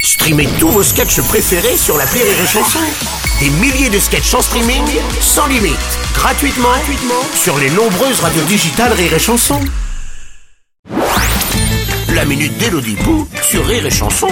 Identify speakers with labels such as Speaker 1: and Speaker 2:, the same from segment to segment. Speaker 1: Streamez tous vos sketchs préférés sur la Rire et Chanson. Des milliers de sketchs en streaming, sans limite, gratuitement, gratuitement sur les nombreuses radios digitales Rire et Chanson. La minute d'Elodie Pou sur Rire et Chanson.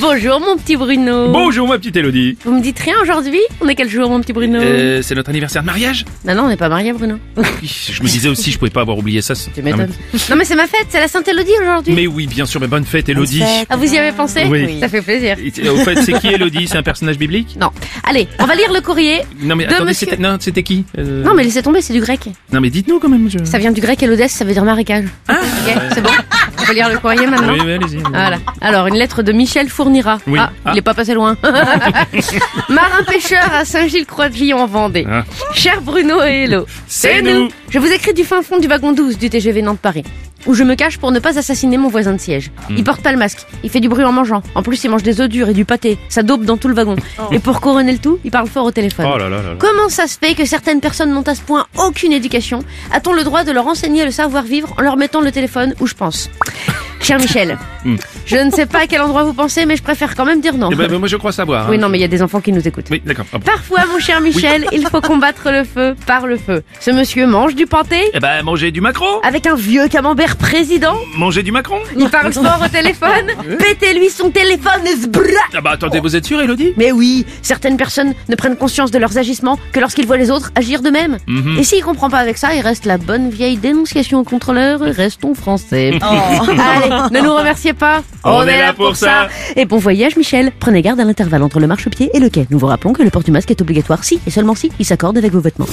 Speaker 2: Bonjour mon petit Bruno.
Speaker 3: Bonjour ma petite Elodie.
Speaker 2: Vous me dites rien aujourd'hui On est quel jour mon petit Bruno
Speaker 3: Euh, Ah, c'est notre anniversaire de mariage
Speaker 2: Non non, on n'est pas mariés Bruno.
Speaker 3: Je me disais aussi, je pouvais pas avoir oublié ça. Ah,
Speaker 2: Tu m'étonnes. non mais c'est ma fête, c'est la Sainte-Élodie aujourd'hui.
Speaker 3: Mais oui, bien sûr, mais bonne fête Elodie.
Speaker 2: Ah vous y avez pensé
Speaker 3: Oui.
Speaker 2: Ça fait plaisir.
Speaker 3: Et, euh, Au fait, c'est qui Elodie C'est un personnage biblique
Speaker 2: Non. Allez, on va lire le courrier.
Speaker 3: Non mais
Speaker 2: De
Speaker 3: attendez,
Speaker 2: monsieur-
Speaker 3: c'était non, c'était qui Euh,
Speaker 2: Non mais laissez tomber, c'est du grec.
Speaker 3: non, mais dites-nous quand même. je-
Speaker 2: Ça vient du grec Elodès, ça veut dire marécage.
Speaker 3: Ah.
Speaker 2: Ok, c'est bon. On peut lire le courrier maintenant.
Speaker 3: Oui, oui, allez-y.
Speaker 2: Voilà. Alors, une lettre de Michel Fournira.
Speaker 3: Oui.
Speaker 2: Ah,
Speaker 3: Ah.
Speaker 2: il est pas passé loin. Marin pêcheur à Saint-Gilles-Croix-de-Vie en Vendée.
Speaker 3: Ah.
Speaker 2: Cher Bruno et Hello.
Speaker 3: C'est
Speaker 2: Et
Speaker 3: nous.
Speaker 2: Je vous écris du fin fond du wagon 12 du TGV Nantes-Paris. Où je me cache pour ne pas assassiner mon voisin de siège.
Speaker 3: Hmm.
Speaker 2: Il porte pas le masque, il fait du bruit en mangeant. En plus, il mange des œufs durs et du pâté. Ça dope dans tout le wagon. Et pour couronner le tout, il parle fort au téléphone.
Speaker 3: Oh là là là. là.
Speaker 2: Comment ça se fait que certaines personnes n'ont à ce point aucune éducation A-t-on le droit de leur enseigner le savoir-vivre en leur mettant le téléphone où je pense Cher Michel,
Speaker 3: Hmm.
Speaker 2: je ne sais pas à quel endroit vous pensez, mais je préfère quand même dire non.
Speaker 3: Eh ben, ben, moi je crois savoir.
Speaker 2: Oui,
Speaker 3: hein.
Speaker 2: non, mais il y a des enfants qui nous écoutent.
Speaker 3: Oui, d'accord. Ah bon.
Speaker 2: Parfois, mon cher Michel, il faut combattre le feu par le feu. Ce monsieur mange du panté
Speaker 3: Eh ben, mangez du macro.
Speaker 2: avec un vieux camembert président.
Speaker 3: Mangez du macron.
Speaker 2: Il parle fort au téléphone. Pétez-lui son téléphone, sbra
Speaker 3: Ah bah
Speaker 2: Oh.
Speaker 3: attendez, vous êtes sûr Elodie
Speaker 2: Mais oui, certaines personnes ne prennent conscience de leurs agissements que lorsqu'ils voient les autres agir de même.
Speaker 3: Mhm.
Speaker 2: Et s'il comprend pas avec ça, il reste la bonne vieille dénonciation au contrôleur, restons français. Allez, ne nous remerciez pas.
Speaker 3: Oh. On est là pour ça.
Speaker 2: Et bon voyage Michel. Prenez garde à l'intervalle entre le marchepied et le quai. Nous vous rappelons que le port du masque est obligatoire si et seulement si il s'accorde avec vos vêtements.